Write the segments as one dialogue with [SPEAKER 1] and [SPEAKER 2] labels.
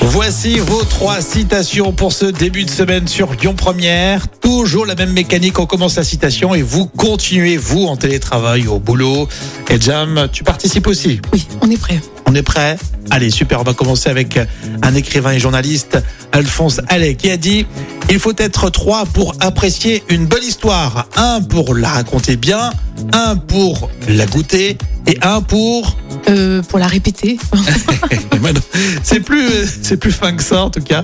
[SPEAKER 1] Voici vos trois citations pour ce début de semaine sur Lyon Première. Toujours la même mécanique, on commence la citation et vous continuez, vous, en télétravail, au boulot. Et Jam, tu participes aussi.
[SPEAKER 2] Oui, on est prêt.
[SPEAKER 1] On est prêt Allez, super, on va commencer avec un écrivain et journaliste, Alphonse Allais, qui a dit « Il faut être trois pour apprécier une bonne histoire. Un pour la raconter bien, un pour la goûter et un pour... »
[SPEAKER 2] Euh, pour la répéter, Ah,
[SPEAKER 1] Et maintenant, c'est plus, euh, c'est plus fin que ça en tout cas.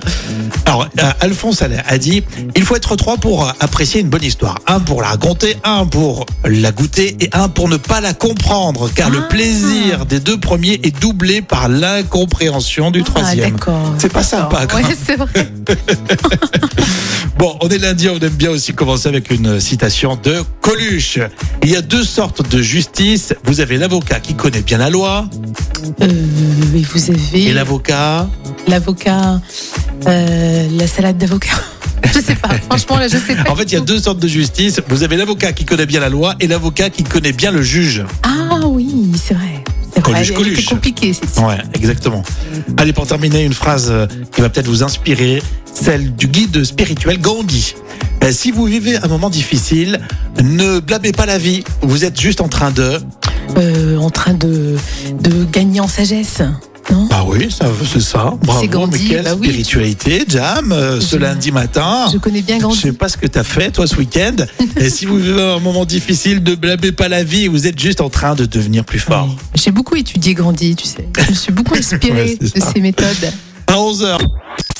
[SPEAKER 1] Alors, euh, Alphonse a, a dit, il faut être trois pour euh, apprécier une bonne histoire. Un pour la raconter, un pour la goûter et un pour ne pas la comprendre, car
[SPEAKER 2] Ah.
[SPEAKER 1] le plaisir des deux premiers est doublé par l'incompréhension du
[SPEAKER 2] Ah,
[SPEAKER 1] troisième.
[SPEAKER 2] d'accord.
[SPEAKER 1] C'est pas sympa, quand
[SPEAKER 2] Ouais,
[SPEAKER 1] même.
[SPEAKER 2] c'est vrai.
[SPEAKER 1] Bon, on est lundi, on aime bien aussi commencer avec une citation de Coluche. Il y a deux sortes de justice. Vous avez l'avocat qui connaît bien la loi
[SPEAKER 2] Euh, et vous
[SPEAKER 1] et
[SPEAKER 2] avez
[SPEAKER 1] l'avocat.
[SPEAKER 2] l'avocat, euh, la salade d'avocat. Je sais pas. Franchement, là, je sais pas.
[SPEAKER 1] En fait, il y a deux sortes de justice. Vous avez l'avocat qui connaît bien la loi et l'avocat qui connaît bien le juge.
[SPEAKER 2] Ah oui, c'est vrai. C'est vrai.
[SPEAKER 1] Coluche,
[SPEAKER 2] Elle- elle
[SPEAKER 1] Coluche.
[SPEAKER 2] était compliquée cette histoire.
[SPEAKER 1] Ouais, exactement. Allez, pour terminer, une phrase euh, qui va peut-être vous inspirer, celle du guide spirituel Gandhi. Euh, Si vous vivez un moment difficile, ne blâmez pas la vie. Vous êtes juste en train de.
[SPEAKER 2] Euh, en train de, de gagner en sagesse. Non
[SPEAKER 1] Bah oui, ça, c'est ça. Bravo,
[SPEAKER 2] C'est Gandhi,
[SPEAKER 1] mais quelle
[SPEAKER 2] bah oui.
[SPEAKER 1] spiritualité, Jam, euh,
[SPEAKER 2] Je-
[SPEAKER 1] ce lundi matin.
[SPEAKER 2] Je connais bien
[SPEAKER 1] Ah. Je
[SPEAKER 2] Gandhi.
[SPEAKER 1] sais pas ce que t'as fait toi ce week-end. Et si vous vivez un moment difficile, ne blâmez pas la vie. Vous êtes juste en train de devenir plus fort.
[SPEAKER 2] Ouais. J'ai beaucoup étudié Gandhi, tu sais. Je me suis beaucoup inspirée
[SPEAKER 1] Ouais, c'est
[SPEAKER 2] de
[SPEAKER 1] ça.
[SPEAKER 2] ses méthodes.
[SPEAKER 1] À 11 h